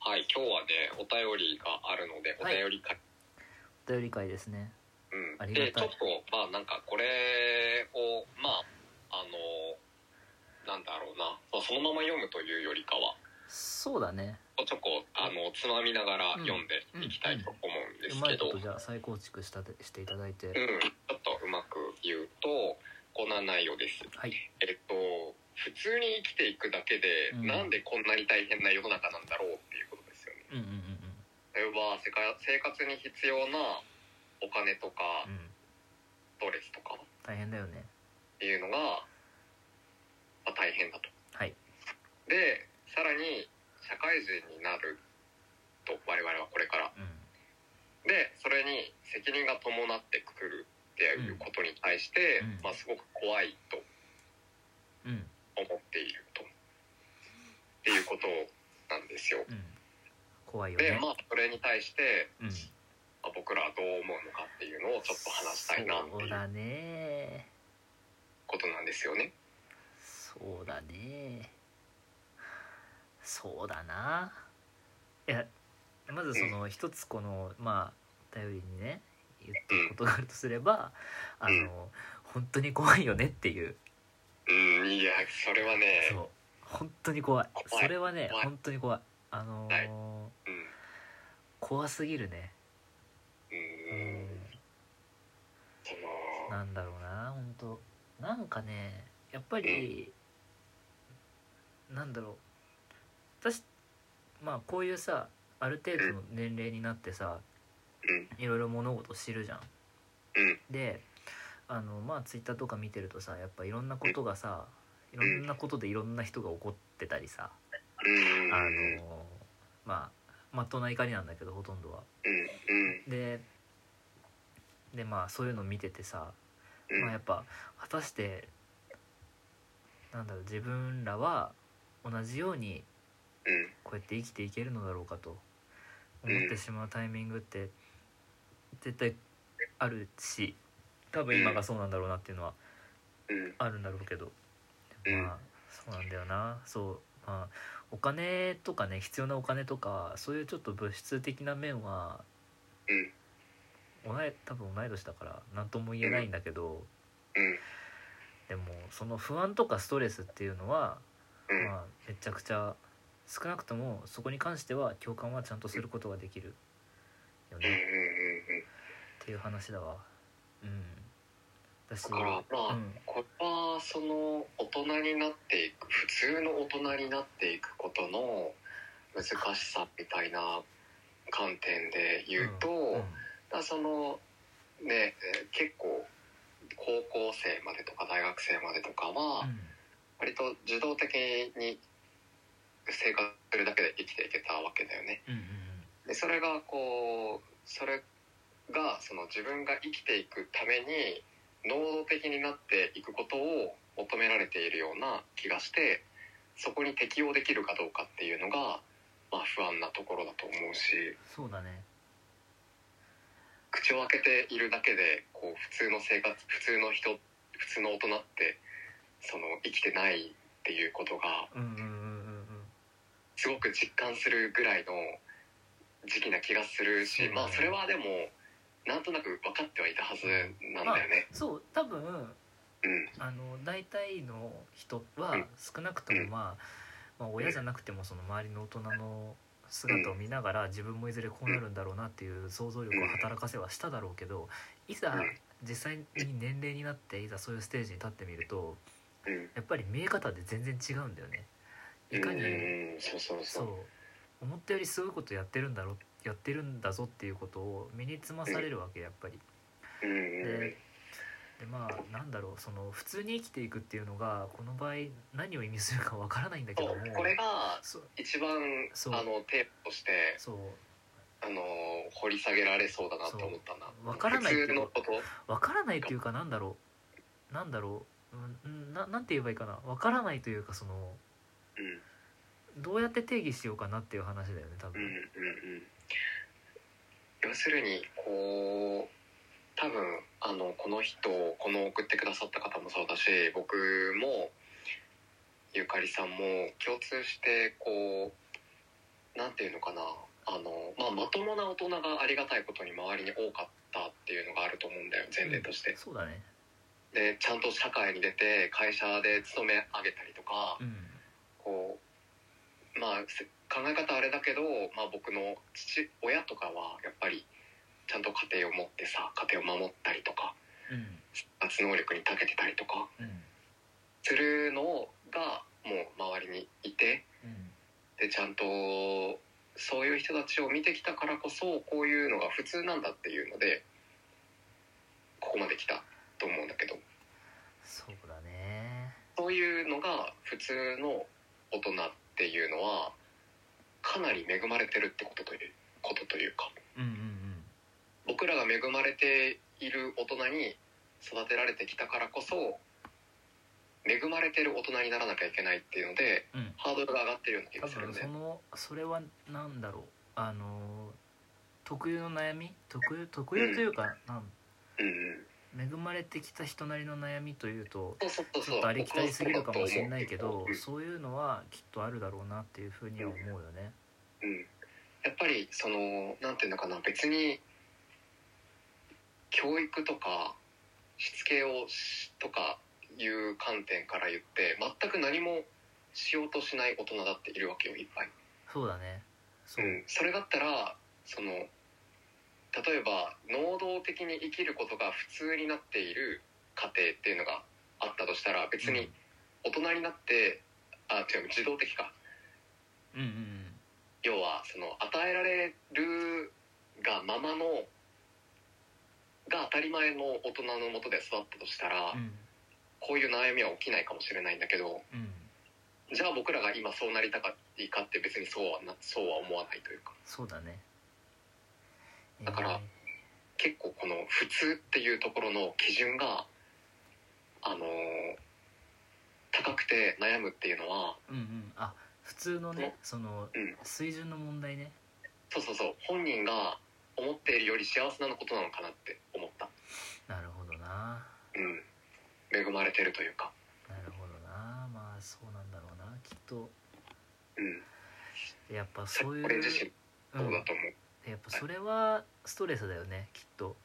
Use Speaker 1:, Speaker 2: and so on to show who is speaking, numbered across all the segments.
Speaker 1: はい、今日はね、お便りがあるので、お
Speaker 2: はい
Speaker 1: 便り会。
Speaker 2: お便り会ですねあ
Speaker 1: うん。
Speaker 2: り
Speaker 1: で、
Speaker 2: がたい
Speaker 1: ちょっと、まあ、なんか、これを、まあ、あの、なんだろうな、まあ、そのまま読むというよりかは。
Speaker 2: そうだね
Speaker 1: ちょっとこう、あの、つまみながら読んでいきたいと思うんで
Speaker 2: う
Speaker 1: す
Speaker 2: ま
Speaker 1: け
Speaker 2: いこ
Speaker 1: ど。
Speaker 2: とじゃあ再構築したてしていただい
Speaker 1: うん、ち
Speaker 2: て
Speaker 1: ょっとうまく言うとこんな内容です。
Speaker 2: はい
Speaker 1: えっと普通に生きていくだけで、
Speaker 2: うん
Speaker 1: なんでこんなに大変な世の中なんだろうっていうことですよね。
Speaker 2: うんうんうん
Speaker 1: 例えば世界生活に必要なお金とか
Speaker 2: うんうん
Speaker 1: ストレスとかっ
Speaker 2: 大変だよね
Speaker 1: ていうのが、まあ、大変だと。
Speaker 2: はい
Speaker 1: でさらに社会人になると我々はこれから。
Speaker 2: う
Speaker 1: でそれに責任が伴ってくるっていうことに対して、
Speaker 2: うん
Speaker 1: まあ、すごく怖いと
Speaker 2: んうん
Speaker 1: 思っているとっていうことなんですよ。
Speaker 2: うん怖いよ
Speaker 1: で
Speaker 2: ね
Speaker 1: まあそれに対して、
Speaker 2: うん
Speaker 1: まあ、僕らはどう思うのかっていうのをちょっと話したいなって
Speaker 2: そう
Speaker 1: いう
Speaker 2: だね
Speaker 1: ことなんですよね。
Speaker 2: そうだねそうだないやまずその一つこのまあ頼りにね言ってることがあるとすればあ
Speaker 1: うん
Speaker 2: の本当に怖いよねっていう
Speaker 1: うんいやそれはね
Speaker 2: そう本当に怖い
Speaker 1: 怖い
Speaker 2: それはね
Speaker 1: 怖い
Speaker 2: 本当に怖いあのー
Speaker 1: はうん
Speaker 2: 怖すぎるねう
Speaker 1: うん
Speaker 2: ん
Speaker 1: その
Speaker 2: なんだろうな本当なんかねやっぱり、なんだろう私まあこういうさある程度の年齢になってさ
Speaker 1: うん
Speaker 2: いろいろ物事知るじゃん。
Speaker 1: うん
Speaker 2: であのまあツイッターとか見てるとさやっぱいろんなことがさいろんなことでいろんな人が怒ってたりさ
Speaker 1: うん
Speaker 2: あのまあまっとうな怒りなんだけどほとんどは。
Speaker 1: うんうん
Speaker 2: ででまあそういうの見ててさ
Speaker 1: うん
Speaker 2: まあ、やっぱ果たしてなんだろう自分らは同じように
Speaker 1: うん
Speaker 2: こうやって生きていけるのだろうかと思ってしまうタイミングって絶対あるし多分今がそうなんだろうなっていうのは
Speaker 1: うん
Speaker 2: あるんだろうけど
Speaker 1: うん
Speaker 2: まあそうなんだよなそうまあお金とかね必要なお金とかそういうちょっと物質的な面は
Speaker 1: うん
Speaker 2: 同い多分同い年だから何とも言えないんだけど
Speaker 1: うん
Speaker 2: でもその不安とかストレスっていうのは
Speaker 1: うん
Speaker 2: まあ、めちゃくちゃ少なくともそこに関しては共感はちゃんとすることができるよ
Speaker 1: うんうん
Speaker 2: ね
Speaker 1: うんうん
Speaker 2: っていう話だわうんだし
Speaker 1: だからまあ、
Speaker 2: うん
Speaker 1: これはその大人になっていく普通の大人になっていくことの難しさみたいな観点で言うと、
Speaker 2: うんうん
Speaker 1: だそのねえー結構高校生までとか大学生までとかは、割と受動的に生活するだけで生きていけたわけだよね。
Speaker 2: うん
Speaker 1: でそれがこうそれがその自分が生きていくために能動的になっていくことを求められているような気がしてそこに適応できるかどうかっていうのが、まあ、不安なところだと思うし
Speaker 2: そうだね
Speaker 1: 口を開けているだけでこう普通の生活普通の人普通の大人ってその生きてないっていうことが
Speaker 2: うんうんうんうんうん
Speaker 1: すごく実感するぐらいの時期な気がするし、
Speaker 2: そうだね
Speaker 1: まあそれはでもなんとなく分かってはいたはずなんだよね。
Speaker 2: そう多分
Speaker 1: うん
Speaker 2: あの大体の人は
Speaker 1: うん
Speaker 2: 少なくとも
Speaker 1: うん
Speaker 2: まあ、まあ、親じゃなくてもその周りの大人の姿を見ながら自分もいずれこうなるんだろうなっていう想像力を働かせはしただろうけどいざ
Speaker 1: うん
Speaker 2: 実際に年齢になっていざそういうステージに立ってみると
Speaker 1: うん
Speaker 2: やっぱり見え方で全然違うんだよね。
Speaker 1: う
Speaker 2: いかに
Speaker 1: んそうそう
Speaker 2: そう
Speaker 1: そ
Speaker 2: 思ったよりすごいことやってるんだろやってるんだぞっていうことを身につまされるわけやっぱり。
Speaker 1: う。うんうん
Speaker 2: ででまあなんだろうその普通に生きていくっていうのがこの場合何を意味するかわからないんだけ
Speaker 1: そ
Speaker 2: ども
Speaker 1: うこれが
Speaker 2: そう
Speaker 1: 一番
Speaker 2: そう
Speaker 1: あのテーマとして
Speaker 2: そう
Speaker 1: あの掘り下げられそうだなと思ったな
Speaker 2: そう分からない
Speaker 1: 普
Speaker 2: け
Speaker 1: 通の
Speaker 2: ど
Speaker 1: こと
Speaker 2: わからないというかなんだろうなんだろううんななんて言えばいいかなわからないというかその
Speaker 1: うん
Speaker 2: どうやって定義しようかなっていう話だよね多
Speaker 1: うんうんう
Speaker 2: 分。
Speaker 1: ん要するにこう多分あのこの人この送ってくださった方もそうだし僕もゆかりさんも共通してこうなんていうのかなあの、まあ、まともな大人がありがたいことに周りに多かったっていうのがあると思うんだよ前提として。
Speaker 2: そうだね
Speaker 1: でちゃんと社会に出て会社で勤め上げたりとか
Speaker 2: うん
Speaker 1: こうまあせ考え方あれだけど、まあ、僕の父親とかはやっぱりちゃんと家庭を持ってさ家庭を守ったりとか
Speaker 2: うん
Speaker 1: 発能力に長けてたりとか
Speaker 2: うん
Speaker 1: するのがもう周りにいて
Speaker 2: うん
Speaker 1: でちゃんとそういう人たちを見てきたからこそこういうのが普通なんだっていうのでここまで来たと思うんだけど
Speaker 2: そうだね
Speaker 1: そういうのが普通の大人っていうのはかなり恵まれてるってことということというか
Speaker 2: うんうんうん
Speaker 1: 僕らが恵まれている大人に育てられてきたからこそ恵まれてる大人にならなきゃいけないっていうので、
Speaker 2: うん
Speaker 1: ハードルが上がってるような気
Speaker 2: 多
Speaker 1: がするん
Speaker 2: 分
Speaker 1: で
Speaker 2: そのそれはなんだろうあの特有の悩み特有特有というか、なん
Speaker 1: うんうん
Speaker 2: 恵まれてきた人なりの悩みというと
Speaker 1: そうそうそう
Speaker 2: ちょ
Speaker 1: そ
Speaker 2: っ
Speaker 1: う
Speaker 2: とありきたりすぎるかもしれないけど
Speaker 1: 僕はそうだと思う
Speaker 2: そういうのはきっとあるだろうなっていうふうには思うよね。
Speaker 1: うんうんやっぱりそのなんていうのかな別に教育とかしつけをしとかいう観点から言って全く何もしようとしない大人だっているわけよいっぱい。
Speaker 2: そうだねそうう、
Speaker 1: ん、それだったらその例えば能動的に生きることが普通になっている家庭っていうのがあったとしたら別に大人になってあ違う自動的か
Speaker 2: うんうん
Speaker 1: 要はその与えられるがままのが当たり前の大人のもとで育ったとしたら、
Speaker 2: うんうん
Speaker 1: こういう悩みは起きないかもしれないんだけど
Speaker 2: うん
Speaker 1: じゃあ僕らが今そうなりたかいかって別にそうはなそうは思わないというか。
Speaker 2: そうだね。
Speaker 1: だから結構この普通っていうところの基準があのー高くて悩むっていうのは
Speaker 2: うんうんあ普通のねその
Speaker 1: うん
Speaker 2: 水準の問題ね
Speaker 1: そうそうそう本人が思っているより幸せなことなのかなって思った、
Speaker 2: なるほどな
Speaker 1: うん、恵まれてるというか、
Speaker 2: なるほどなまあそうなんだろうなきっと
Speaker 1: うん、
Speaker 2: やっぱ
Speaker 1: そ
Speaker 2: そういう
Speaker 1: 俺自身
Speaker 2: う
Speaker 1: そうだ
Speaker 2: ん
Speaker 1: と思う、
Speaker 2: やっぱそれはストレスだよねきっと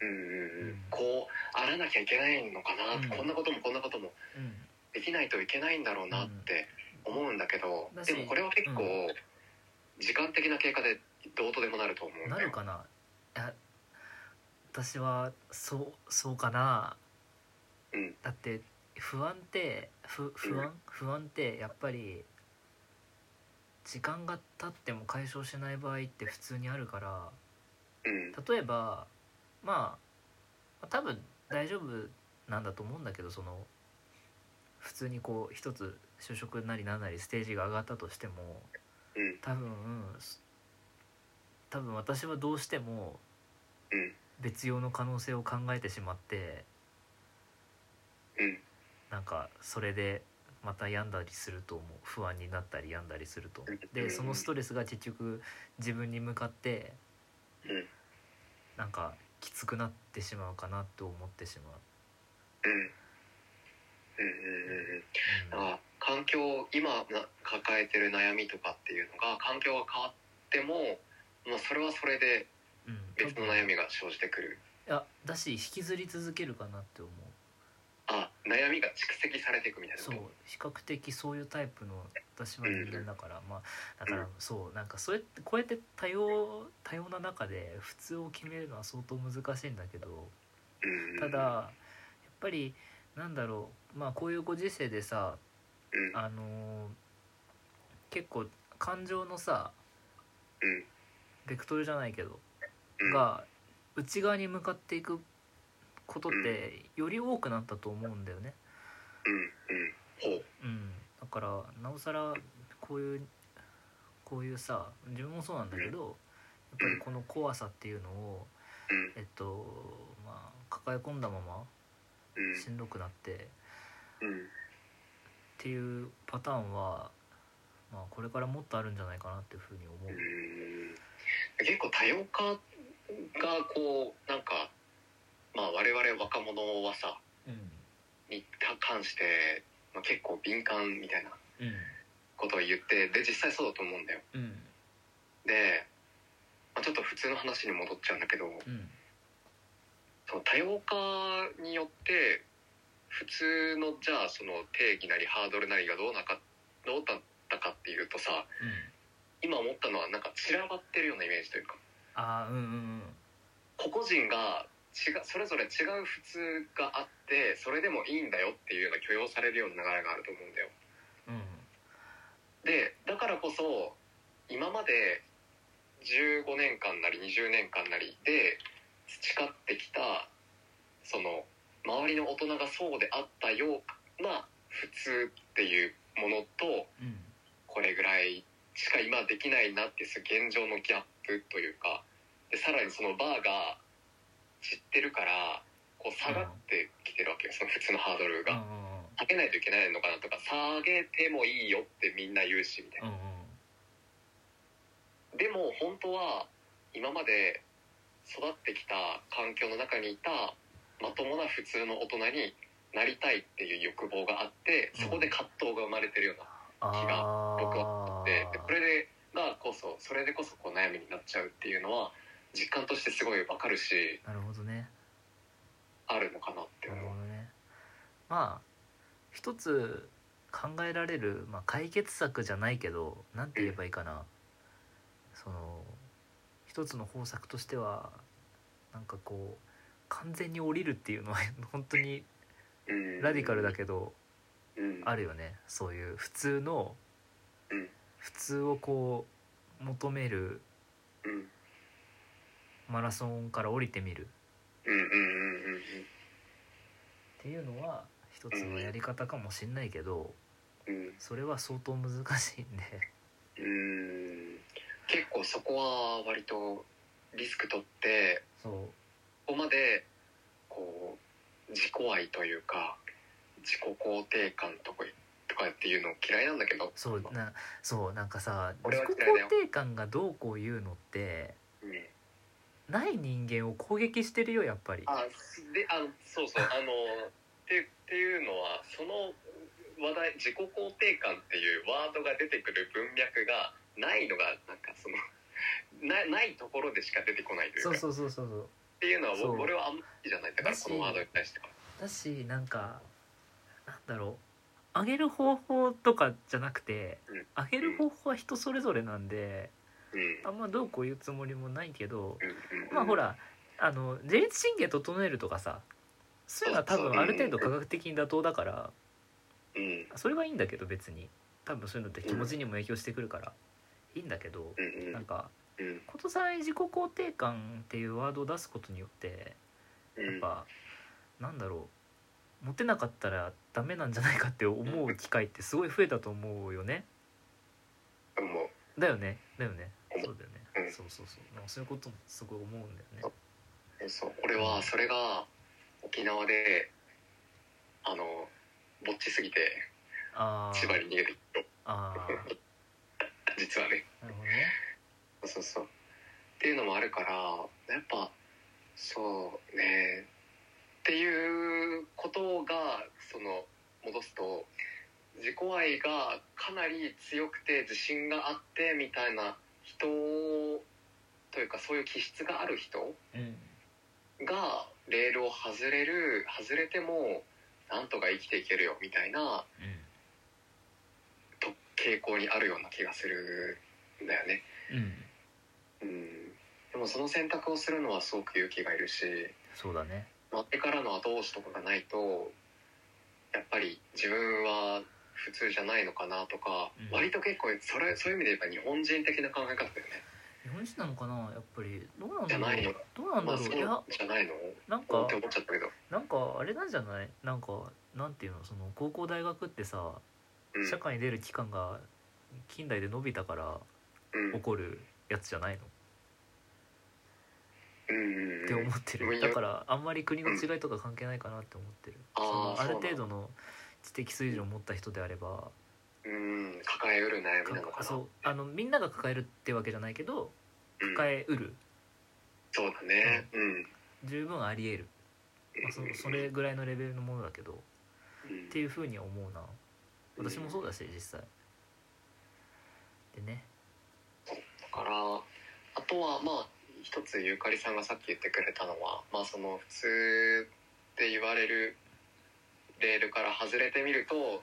Speaker 1: うんうんう
Speaker 2: うん
Speaker 1: ん、こうあらなきゃいけないのかなって、
Speaker 2: うん
Speaker 1: こんなこともこんなことも
Speaker 2: うん
Speaker 1: できないといけないんだろうなって思うんだけど、
Speaker 2: だし
Speaker 1: でもこれは結構
Speaker 2: う
Speaker 1: 時間的な経過でどうとでもなると思うん
Speaker 2: な
Speaker 1: だよ
Speaker 2: るかないや私はそうそうかな、
Speaker 1: うん
Speaker 2: だって不安って不不安、
Speaker 1: う
Speaker 2: 不安ってやっぱり時間が経っても解消しない場合って普通にあるから
Speaker 1: うん
Speaker 2: 例えばまあ多分大丈夫なんだと思うんだけどその普通にこう一つ就職なりなんなりステージが上がったとしても
Speaker 1: うん
Speaker 2: 多分す多分私はどうしても
Speaker 1: うん
Speaker 2: 別用の可能性を考えてしまって
Speaker 1: うん
Speaker 2: なんかそれでまた病んだりすると思う不安になったり病んだりすると思う
Speaker 1: う
Speaker 2: で
Speaker 1: ん
Speaker 2: そのストレスが結局自分に向かって
Speaker 1: うん
Speaker 2: なんかきつくなってしまうかなと思ってしまう。
Speaker 1: うんうんうんうんうん
Speaker 2: う
Speaker 1: だ
Speaker 2: ん
Speaker 1: から環境今な抱えてる悩みとかっていうのが環境が変わっても、まあ、それはそれで
Speaker 2: うん
Speaker 1: 別の悩みが生じてくる
Speaker 2: いやだし引きずり続けるかなって思う
Speaker 1: あ悩みが蓄積されていくみたいな
Speaker 2: そ
Speaker 1: こ
Speaker 2: う
Speaker 1: と
Speaker 2: 比較的そういうタイプの私は人間だから、まあだか
Speaker 1: う
Speaker 2: ら
Speaker 1: ん
Speaker 2: そうなんかそうやってこうやって多様多様な中で普通を決めるのは相当難しいんだけど
Speaker 1: うん
Speaker 2: ただやっぱりなんだろうまあこういうご時世でさ
Speaker 1: うん
Speaker 2: あのー結構感情のさ
Speaker 1: うん
Speaker 2: ベクトルじゃないけど
Speaker 1: うん
Speaker 2: が内側に向かっていくことってより多くなったと思うんだよね。
Speaker 1: うんうんほう
Speaker 2: うん、だからなおさらこういうこういうさ自分もそうなんだけどやっぱりこの怖さっていうのを、
Speaker 1: うん
Speaker 2: えっとまあ、抱え込んだまましんどくなってっ
Speaker 1: うんうん
Speaker 2: ていうパターンは、まあ、これからもっとあるんじゃないかなっていうふうに思う。
Speaker 1: うん結構多様化がこうなんかまあ我々若者はさ
Speaker 2: うん
Speaker 1: に関して、まあ、結構敏感みたいな
Speaker 2: うん
Speaker 1: ことを言ってで実際そうだと思うんだよ
Speaker 2: うん
Speaker 1: で、まあ、ちょっと普通の話に戻っちゃうんだけど
Speaker 2: うん
Speaker 1: その多様化によって普通のじゃあその定義なりハードルなりがどうなかどうだったかっていうとさ
Speaker 2: うん
Speaker 1: 今思ったのはなんか散らばってるようなイメージというか
Speaker 2: あーうんうん
Speaker 1: 個々人が違うそれぞれ違う普通があってそれでもいいんだよっていうような許容されるような流れがあると思うんだよ。
Speaker 2: うんうん
Speaker 1: でだからこそ今まで15年間なり20年間なりで培ってきたその周りの大人がそうであったような普通っていうものと
Speaker 2: うん
Speaker 1: これぐらいしか今できないなっていう現状のギャップというかでさらにそのバーが知ってるからこう下がってきてるわけよその普通のハードル
Speaker 2: うん
Speaker 1: が下げないといけないのかなとか下げてもいいよってみんな言うしみたいな
Speaker 2: うんうんうん
Speaker 1: でも本当は今まで育ってきた環境の中にいたまともな普通の大人になりたいっていう欲望があってそこで葛藤が生まれてるような
Speaker 2: あ
Speaker 1: 僕
Speaker 2: あ
Speaker 1: ででこれでがこそそれでこそこう悩みになっちゃうっていうのは実感としてすごいわかるし
Speaker 2: なるほどね
Speaker 1: あるのかなって
Speaker 2: な
Speaker 1: 思
Speaker 2: る
Speaker 1: う
Speaker 2: ほ。どねまあ一つ考えられる、まあ、解決策じゃないけどなんて言えばいいかな、その一つの方策としてはなんかこう完全に降りるっていうのは 本当に
Speaker 1: うん
Speaker 2: ラディカルだけど
Speaker 1: うん
Speaker 2: あるよねそういう普通の
Speaker 1: うん
Speaker 2: 普通をこう求める
Speaker 1: うん
Speaker 2: マラソンから降りてみる
Speaker 1: うんうんうんうん
Speaker 2: っていうのは一つのやり方かもしんないけど
Speaker 1: うん
Speaker 2: それは相当難しいんで
Speaker 1: うんうん結構そこは割とリスク取って
Speaker 2: そう
Speaker 1: ここまでこう自己愛というか自己肯定感とかとかっていうの嫌いなんだけど
Speaker 2: そうなそうなんかさ
Speaker 1: 俺
Speaker 2: 自
Speaker 1: は
Speaker 2: 己
Speaker 1: 嫌いだよ
Speaker 2: 肯定感がどうこう言うのって
Speaker 1: うん、
Speaker 2: ない人間を攻撃してるよやっぱり
Speaker 1: あすであそうそうあのってっていうのはその話題自己肯定感っていうワードが出てくる文脈がないのがなんかその なないところでしか出てこないというか
Speaker 2: そうそうそうそうそう
Speaker 1: っていうのは
Speaker 2: そう
Speaker 1: 僕俺はあんまりじゃないだから
Speaker 2: だし
Speaker 1: このワードに対しては。
Speaker 2: だしなんかなんだろう上げる方法とかじゃなくて
Speaker 1: うん
Speaker 2: 上げる方法は人それぞれなんで
Speaker 1: うん
Speaker 2: あんまどうこう言うつもりもないけど
Speaker 1: うんうん
Speaker 2: まあほらあの自律神経整えるとかさそういうのは多分ある程度科学的に妥当だから
Speaker 1: うん
Speaker 2: それはいいんだけど別に多分そういうのって気持ちにも影響してくるからいいんだけど
Speaker 1: うんう
Speaker 2: なん
Speaker 1: ん
Speaker 2: か
Speaker 1: うん
Speaker 2: ことさらに自己肯定感っていうワードを出すことによって
Speaker 1: う
Speaker 2: やっ
Speaker 1: ん
Speaker 2: ぱなんだろうモテなかったらダメなんじゃないかって思う機会ってすごい増えたと思うよね
Speaker 1: もう
Speaker 2: だよねだよね
Speaker 1: うん
Speaker 2: そうだよ
Speaker 1: う
Speaker 2: ね
Speaker 1: ん
Speaker 2: そうそうそうなんかそういうこともすごい思うんだよね
Speaker 1: そう俺はそれが沖縄であのぼっちすぎて
Speaker 2: あ
Speaker 1: 千葉
Speaker 2: ー
Speaker 1: に逃げてきた
Speaker 2: あ
Speaker 1: 実はね
Speaker 2: ーなるほどね
Speaker 1: そうそうっていうのもあるからやっぱそうねっていうことがその戻すと自己愛がかなり強くて自信があってみたいな人というかそういう気質がある人、
Speaker 2: うん
Speaker 1: がレールを外れる外れてもなんとか生きていけるよみたいなと傾向にあるような気がするんだよね、
Speaker 2: うんうん
Speaker 1: うん、でもその選択をするのはすごく勇気がいるし
Speaker 2: そうだね
Speaker 1: 周りからの後押しとかがないとやっぱり自分は普通じゃないのかなとか、
Speaker 2: うん
Speaker 1: 割と結構それそういう意味で言えば日本人的な考え方だよね
Speaker 2: 日本人なのかなやっぱりどうなん
Speaker 1: じ
Speaker 2: だ
Speaker 1: ゃない
Speaker 2: ろ
Speaker 1: の
Speaker 2: うどうなん
Speaker 1: ま
Speaker 2: だ
Speaker 1: あ
Speaker 2: ろ
Speaker 1: そう
Speaker 2: ういや
Speaker 1: じゃないの
Speaker 2: なんか
Speaker 1: って思っちゃったけど、
Speaker 2: なんかあれなんじゃないなんかなんていうのその高校大学ってさ
Speaker 1: うん
Speaker 2: 社会に出る期間が近代で伸びたから
Speaker 1: うん
Speaker 2: 起こるやつじゃないの、
Speaker 1: うんうん
Speaker 2: って思って
Speaker 1: うん
Speaker 2: る
Speaker 1: いや
Speaker 2: だからあんまり国の違いとか関係ないかなって思ってる、
Speaker 1: あー
Speaker 2: そのある
Speaker 1: そうな
Speaker 2: 程
Speaker 1: の
Speaker 2: 度の知的水準を持った人であれば
Speaker 1: うんうん抱えうる悩みなのかな
Speaker 2: そうあのみんなが抱えるってわけじゃないけど
Speaker 1: うん
Speaker 2: 抱えうる
Speaker 1: そうだね。うん。
Speaker 2: 十分あり得る、まあ、そそれぐらいのレベルのものだけど
Speaker 1: うん
Speaker 2: っていうふうに思うな私もそうだし実際でね
Speaker 1: だから一つゆかりさんがさっき言ってくれたのは、まあ、その普通って言われるレールから外れてみると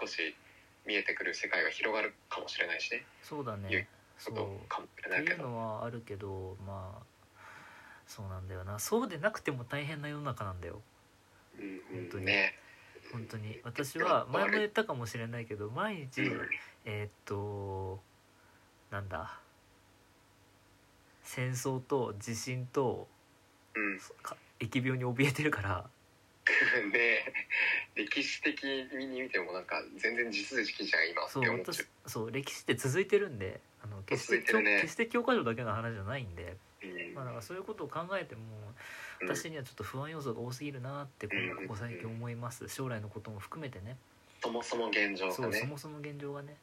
Speaker 1: 少し見えてくる世界が広がるかもしれないしね
Speaker 2: そうだ
Speaker 1: 言う
Speaker 2: ね
Speaker 1: ち
Speaker 2: そ
Speaker 1: ょ
Speaker 2: う
Speaker 1: っとかもしれな
Speaker 2: っ
Speaker 1: い
Speaker 2: て
Speaker 1: け
Speaker 2: いう
Speaker 1: ど
Speaker 2: のはあるけどまあそうなんだよなそうでなくても大変な世の中なんだよ
Speaker 1: うん
Speaker 2: 本当
Speaker 1: うん
Speaker 2: に
Speaker 1: ね
Speaker 2: 本当に私は前も言ったかもしれないけど毎日えーっとなんだ戦争と地震と
Speaker 1: うん
Speaker 2: か疫病に怯えてるから
Speaker 1: うん で歴史的に見てもなんか全然地続きじゃん今って
Speaker 2: そう
Speaker 1: 思っちゃ
Speaker 2: 私そう歴史って続いてるんであの決して
Speaker 1: 続いてるね
Speaker 2: 決して教科書だけの話じゃないんで、
Speaker 1: う、うん
Speaker 2: まあ、だからそういうことを考えても
Speaker 1: うん
Speaker 2: 私にはちょっと不安要素が多すぎるなってこ
Speaker 1: うん
Speaker 2: うここ最近思います将来のことも含めてね
Speaker 1: そもそも現状
Speaker 2: そ
Speaker 1: が
Speaker 2: うそ
Speaker 1: ね
Speaker 2: もそも現状がね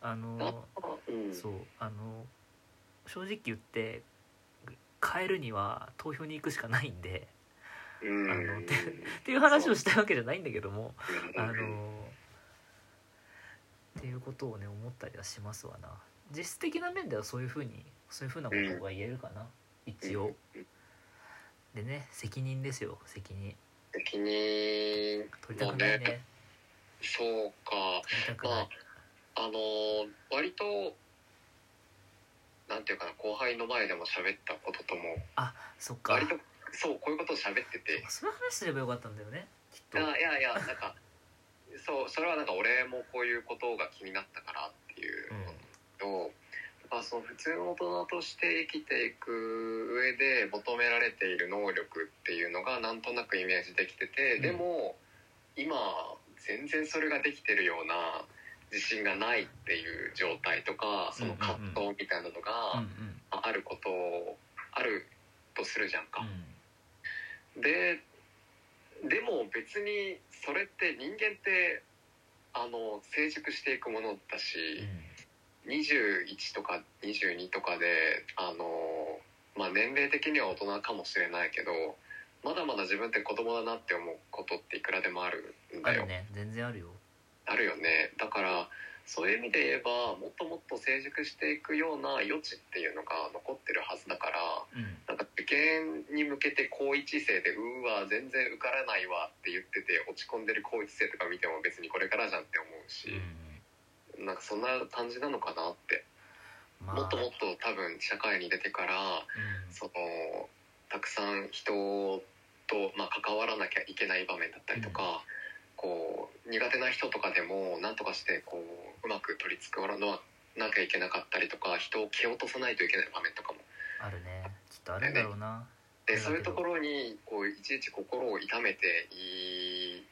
Speaker 2: あ
Speaker 1: あ
Speaker 2: の
Speaker 1: うん
Speaker 2: そうあの正直言って変えるには投票に行くしかない んで
Speaker 1: うん
Speaker 2: あのでっていう話をしたいわけじゃないんだけどもあのっていうことをね思ったりはしますわな実質的な面ではそういうふうにそういうふうなことが言えるかな、一応でね責任ですよ責任
Speaker 1: 責任
Speaker 2: 取りたくない
Speaker 1: もう
Speaker 2: ね
Speaker 1: そうか
Speaker 2: 取りたくない、
Speaker 1: あの割となんていうかな後輩の前でも喋ったこととも
Speaker 2: そっか
Speaker 1: 割とそうこういうことを喋ってて
Speaker 2: そういう話すればよかったんだよねきっ
Speaker 1: あ
Speaker 2: と
Speaker 1: いやいやなんかそうそれはなんか俺もこういうことが気になったからっていうのと、まあ、その普通の大人として生きていく上で求められている能力っていうのがなんとなくイメージできてて、
Speaker 2: うん
Speaker 1: でも今全然それができてるような自信がないっていう状態とかその葛藤みたいなの
Speaker 2: うん
Speaker 1: が
Speaker 2: うん
Speaker 1: あることをあるとするじゃんか。
Speaker 2: う
Speaker 1: ででも別にそれって人間ってあの成熟していくものだし
Speaker 2: ん、
Speaker 1: 21とか22とかであの、まあ、年齢的には大人かもしれないけどまだまだ自分って子供だなって思うことっていくらでもあるん
Speaker 2: あ
Speaker 1: だよ。
Speaker 2: るね全然あるよ
Speaker 1: あるよねだからそういう意味で言えばもっともっと成熟していくような余地っていうのが残ってるはずだから。
Speaker 2: うん
Speaker 1: なんか受験に向けて高1生で「うーわ全然受からないわ」って言ってて落ち込んでる高1生とか見ても別にこれからじゃんって思う
Speaker 2: う
Speaker 1: し、
Speaker 2: ん
Speaker 1: なんかそんな感じなのかなって、
Speaker 2: まあ
Speaker 1: もっともっと多分社会に出てから
Speaker 2: うん
Speaker 1: そのたくさん人と、まあ、関わらなきゃいけない場面だったりとか、こう苦手な人とかでもなんとかしてこううまく取り繕わなきゃいけなかったりとか人を蹴落とさないといけない場面とかも
Speaker 2: あるねきっとあるんだろうな
Speaker 1: で
Speaker 2: だけど
Speaker 1: そういうところにこういちいち心を痛めてい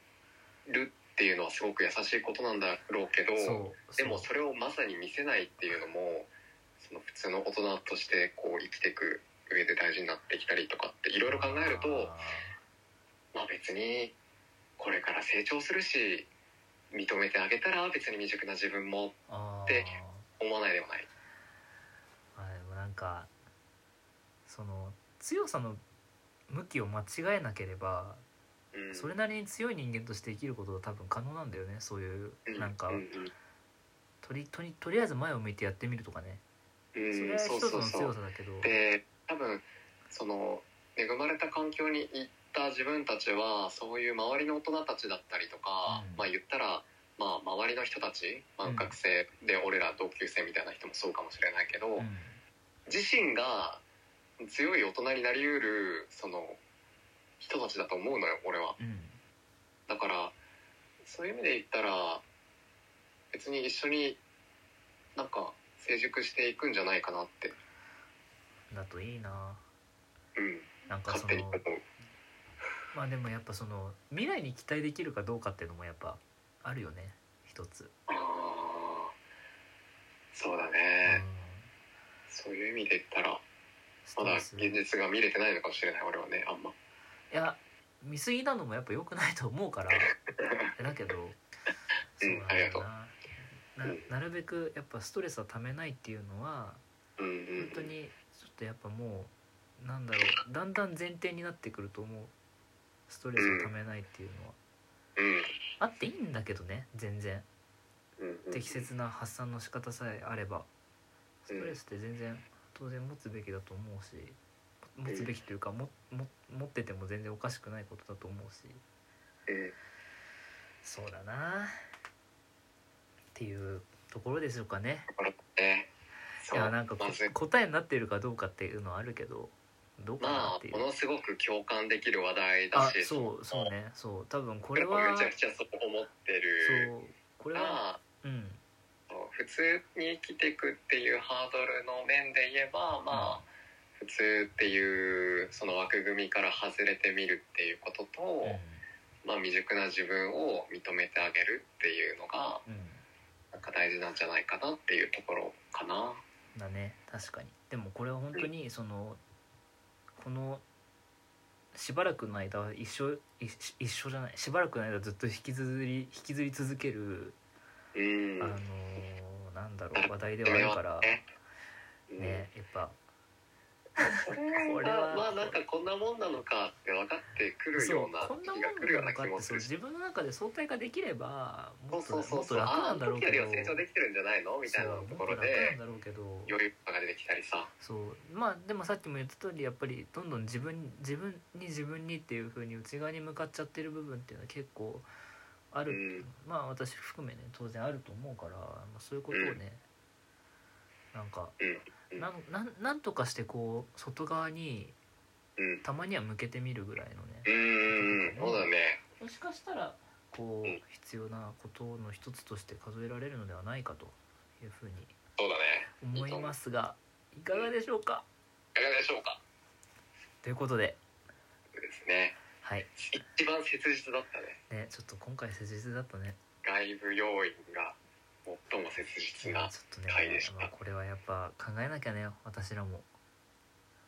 Speaker 1: るっていうのはすごく優しいことなんだろうけど
Speaker 2: そう
Speaker 1: でも
Speaker 2: そう
Speaker 1: それをまさに見せないっていうのもその普通の大人としてこう生きていく上で大事になってきたりとかっていろいろ考えると
Speaker 2: あ
Speaker 1: まあ別にこれから成長するし認めてあげたら別に未熟な自分も
Speaker 2: ーあー
Speaker 1: で思わないではない。
Speaker 2: まあでもなんかその強さの向きを間違えなければ
Speaker 1: うん
Speaker 2: それなりに強い人間として生きることは多分可能なんだよねそういう
Speaker 1: うん
Speaker 2: なんか
Speaker 1: うんうん
Speaker 2: とりとりとりあえず前を向いてやってみるとかね
Speaker 1: うん
Speaker 2: それは一つ
Speaker 1: そうそう
Speaker 2: の
Speaker 1: そう
Speaker 2: 強さだけど
Speaker 1: で多分その恵まれた環境に行った自分たちはそういう周りの大人たちだったりとか、
Speaker 2: うん
Speaker 1: まあ言ったら、まあ、周りの人たち、まあ、
Speaker 2: うん
Speaker 1: 学生で俺ら同級生みたいな人もそうかもしれないけど、
Speaker 2: うん
Speaker 1: 自身が強い大人になりうるその人たちだと思うのよ俺は。
Speaker 2: うん
Speaker 1: だからそういう意味で言ったら別に一緒になんか成熟していくんじゃないかなって、
Speaker 2: だといいな
Speaker 1: うん、
Speaker 2: なんか
Speaker 1: 勝
Speaker 2: そ
Speaker 1: 手に
Speaker 2: の
Speaker 1: 思う。
Speaker 2: まあでもやっぱその未来に期待できるかどうかっていうのもやっぱあるよね一つ、
Speaker 1: ああそうだ
Speaker 2: う
Speaker 1: ね、
Speaker 2: ん
Speaker 1: そういう意味で言ったら
Speaker 2: ス
Speaker 1: ま
Speaker 2: ト
Speaker 1: だ
Speaker 2: レス
Speaker 1: 現実が見れてないのかもしれない俺はねあんま
Speaker 2: いや見過ぎなのもやっぱ良くないと思う からだけどそうなん
Speaker 1: あり
Speaker 2: だ
Speaker 1: がと
Speaker 2: よ
Speaker 1: う
Speaker 2: な
Speaker 1: うん
Speaker 2: ななるべくやっぱストレスはためないっていうのは
Speaker 1: うんう
Speaker 2: 本
Speaker 1: ん
Speaker 2: 当にちょっとやっぱもうなんだろうだんだん前提になってくると思うストレスをためないっていうのは
Speaker 1: うん
Speaker 2: あっていいんだけどね全然
Speaker 1: うんうん
Speaker 2: 適切な発散の仕方さえあればストレスって全然当然持つべきだと思うし持つべきというかもも持ってても全然おかしくないことだと思うし
Speaker 1: うん
Speaker 2: そうだなっていうところでしょうかね
Speaker 1: だからね
Speaker 2: い
Speaker 1: そう
Speaker 2: やなんかこ
Speaker 1: まず
Speaker 2: 答えになっているかどうかっていうのはあるけどどうかな
Speaker 1: ま
Speaker 2: ってい
Speaker 1: あ
Speaker 2: う
Speaker 1: ものすごく共感できる話題だ
Speaker 2: あ
Speaker 1: し
Speaker 2: そうそうねそう多分こ
Speaker 1: こ
Speaker 2: れ
Speaker 1: れ
Speaker 2: は
Speaker 1: はめちゃくちゃそう思ってる
Speaker 2: そうこれは
Speaker 1: が
Speaker 2: うん
Speaker 1: 普通に生きていくっていうハードルの面で言えばまあ普通っていうその枠組みから外れてみるっていうことと、
Speaker 2: う
Speaker 1: まあ、未熟な自分を認めてあげるっていうのが
Speaker 2: んうん
Speaker 1: なんか大事なんじゃないかなっていうところかな。
Speaker 2: だね確かにでもこれは本当にそのこのしばらくの間は一生一一生じゃないしばらくの間ずっと引きずり引きずり続ける、
Speaker 1: うん
Speaker 2: あのーなんだろう話題ではあるから
Speaker 1: ねうん
Speaker 2: ねやっぱ
Speaker 1: こ
Speaker 2: これ
Speaker 1: れ
Speaker 2: は
Speaker 1: はまあなんかこんなもんなのかって分かってくる
Speaker 2: そう
Speaker 1: ような
Speaker 2: こんなも
Speaker 1: 日が来るよ
Speaker 2: ん
Speaker 1: うな
Speaker 2: なのか
Speaker 1: 気
Speaker 2: って
Speaker 1: も
Speaker 2: そ
Speaker 1: す
Speaker 2: う
Speaker 1: るし
Speaker 2: 自分の中で相対化できればも
Speaker 1: そう
Speaker 2: っと
Speaker 1: そうそう
Speaker 2: もっと
Speaker 1: そう
Speaker 2: 楽な
Speaker 1: あ
Speaker 2: ん
Speaker 1: あ
Speaker 2: だ
Speaker 1: の
Speaker 2: ろう
Speaker 1: 時
Speaker 2: け
Speaker 1: よ
Speaker 2: ど
Speaker 1: りは成長できてるんじゃないのみたいな
Speaker 2: そう
Speaker 1: ところ
Speaker 2: もっ
Speaker 1: で
Speaker 2: と楽なんだろうけど
Speaker 1: 余裕が出てきたりさ
Speaker 2: そうまあでもさっきも言った通りやっぱりどんどん自分自分に自分にっていう風に内側に向かっちゃってる部分っていうのは結構あ
Speaker 1: う
Speaker 2: る、
Speaker 1: ん
Speaker 2: まあ私含めね当然あると思うから、まあ、そういうことをね、なんか
Speaker 1: うんうん
Speaker 2: なんなんなんとかしてこう外側に
Speaker 1: うん
Speaker 2: たまには向けてみるぐらいの
Speaker 1: う
Speaker 2: ね
Speaker 1: んそうだね
Speaker 2: もしかしたらこう
Speaker 1: うん
Speaker 2: 必要なことの一つとして数えられるのではないかという風に
Speaker 1: そうだね
Speaker 2: 思いますがいかがでしょうか
Speaker 1: いかがでしょうか
Speaker 2: ということで
Speaker 1: そうですね
Speaker 2: はい。
Speaker 1: 一番切実だったね
Speaker 2: ねちょっと今回切実だったね
Speaker 1: 外部要因が最も切
Speaker 2: い
Speaker 1: 実
Speaker 2: や
Speaker 1: な
Speaker 2: ちょっとね
Speaker 1: 回でした
Speaker 2: まあこれはやっぱ考えなきゃね私 らも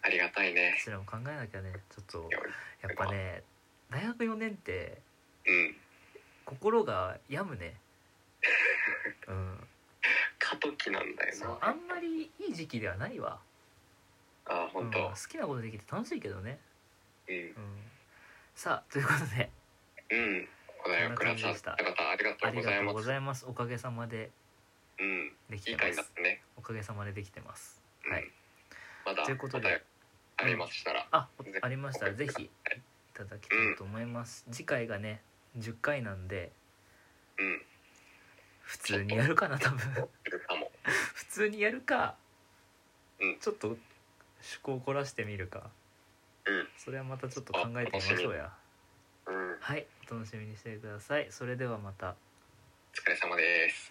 Speaker 1: ありがたいね
Speaker 2: 私らも考えなきゃねちょっと
Speaker 1: いや
Speaker 2: やっぱね大学4年って
Speaker 1: うん
Speaker 2: 心が病 むねうん
Speaker 1: 過渡期なんだよ
Speaker 2: そうあ
Speaker 1: なん
Speaker 2: まりいい時期ではないわ、
Speaker 1: あ
Speaker 2: うん、
Speaker 1: 本当
Speaker 2: 好きなことできて楽しいけどね、
Speaker 1: うん
Speaker 2: うん、さあということで
Speaker 1: うんお題をくださった方ありがと
Speaker 2: あ
Speaker 1: う
Speaker 2: り
Speaker 1: ござ
Speaker 2: が
Speaker 1: い
Speaker 2: とう
Speaker 1: ま
Speaker 2: ご
Speaker 1: す
Speaker 2: ざいますおかげさまで
Speaker 1: うん
Speaker 2: でき
Speaker 1: い
Speaker 2: て
Speaker 1: い
Speaker 2: ま
Speaker 1: 回だっ
Speaker 2: す
Speaker 1: たね
Speaker 2: おかげさまでできてます
Speaker 1: うん
Speaker 2: はい
Speaker 1: まだ
Speaker 2: ということで
Speaker 1: まだありましたら
Speaker 2: あ
Speaker 1: ぜひ
Speaker 2: ありましたらぜひいただきたいと思います、次回がね10回なんで
Speaker 1: うん
Speaker 2: 普通にやるかな多分
Speaker 1: 来るかも
Speaker 2: 普通にやるか、
Speaker 1: うん
Speaker 2: ちょっと趣向を凝らしてみるか
Speaker 1: うん
Speaker 2: それはまたちょっと考えてみましょうや
Speaker 1: うんお
Speaker 2: はいお楽しみにしてくださいそれではまた
Speaker 1: 疲れ様です